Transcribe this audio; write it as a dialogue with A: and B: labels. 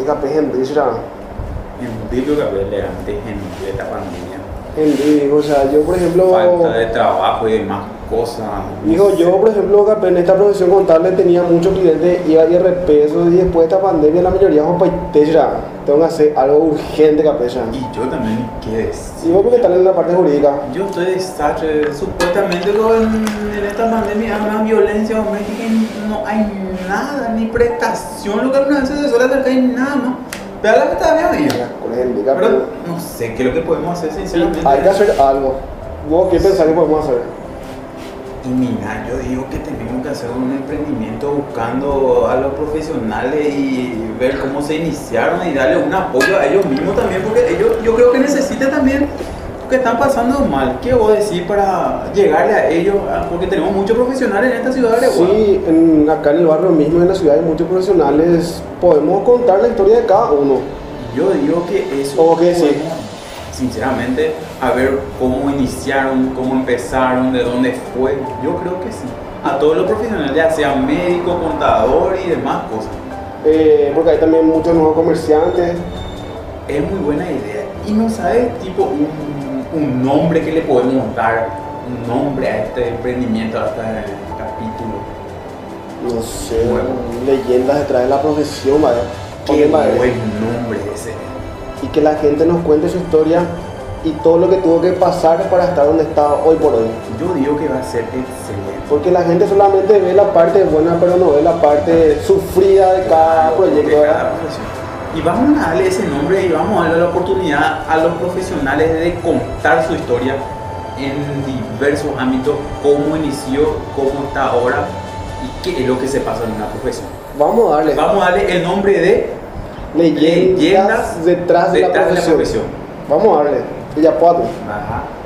A: 얘가 앞에 Henry's
B: En lo que hablé antes, en esta pandemia.
A: Henry, dijo, o sea, yo por ejemplo...
B: Falta de trabajo y demás cosas.
A: Dijo, yo por ejemplo, que en esta profesión contable tenía muchos clientes, iba a IRP, eso, y después de esta pandemia la mayoría son paitesra. Tengo que hacer algo urgente, capella.
B: Y yo también, ¿qué es?
A: Y vos porque están en la parte jurídica.
B: Yo estoy desastre. Supuestamente con, en esta pandemia hay una violencia doméstica y no hay nada, ni prestación. Lo que una vez se suele acercar y nada, ¿no? Pero la que está bien, mira.
A: Con Henry,
B: Pero
A: capella.
B: no sé qué es lo que podemos hacer, sinceramente.
A: Hay que hacer algo. ¿Vos qué pensás que podemos hacer?
B: Y mira, yo digo que tenemos que hacer un emprendimiento buscando a los profesionales y ver cómo se iniciaron y darle un apoyo a ellos mismos también, porque ellos yo creo que necesitan también que están pasando mal. ¿Qué vos decís para llegarle a ellos? Ah, Porque tenemos muchos profesionales en esta ciudad de Areguá.
A: Sí, en- acá en el barrio mismo, en la ciudad, hay muchos profesionales. Podemos contar la historia de cada uno.
B: Yo digo que eso.
A: ¿Cómo que sí?
B: Sinceramente, a ver cómo iniciaron, cómo empezaron, de dónde fue. Yo creo que sí. A todos los profesionales, ya sean médicos, contador y demás cosas.
A: Eh, porque hay también muchos nuevos comerciantes.
B: Es muy buena idea. Y no sabes, tipo, un, un nombre que le podemos dar, un nombre a este emprendimiento, a este capítulo.
A: No sé,
B: Bueno.
A: leyendas detrás de la profesión, madre.
B: Qué
A: Porque, madre,
B: buen nombre ese.
A: y que la gente nos cuente su historia y todo lo que tuvo que pasar para estar donde está hoy por hoy.
B: Yo digo que va a ser excelente.
A: Porque la gente solamente ve la parte buena, pero no ve la parte sufrida de cada proyecto.
B: De cada
A: ¿verdad?
B: profesión. Y vamos a darle ese nombre y vamos a darle la oportunidad a los profesionales de contar su historia en diversos ámbitos, cómo inició, cómo está ahora y qué es lo que se pasa en una profesión.
A: Vamos a darle
B: Vamos a darle el nombre de
A: leyendas, detrás, de la profesión. Vamos a darle. Y ya puedo.
B: Ajá.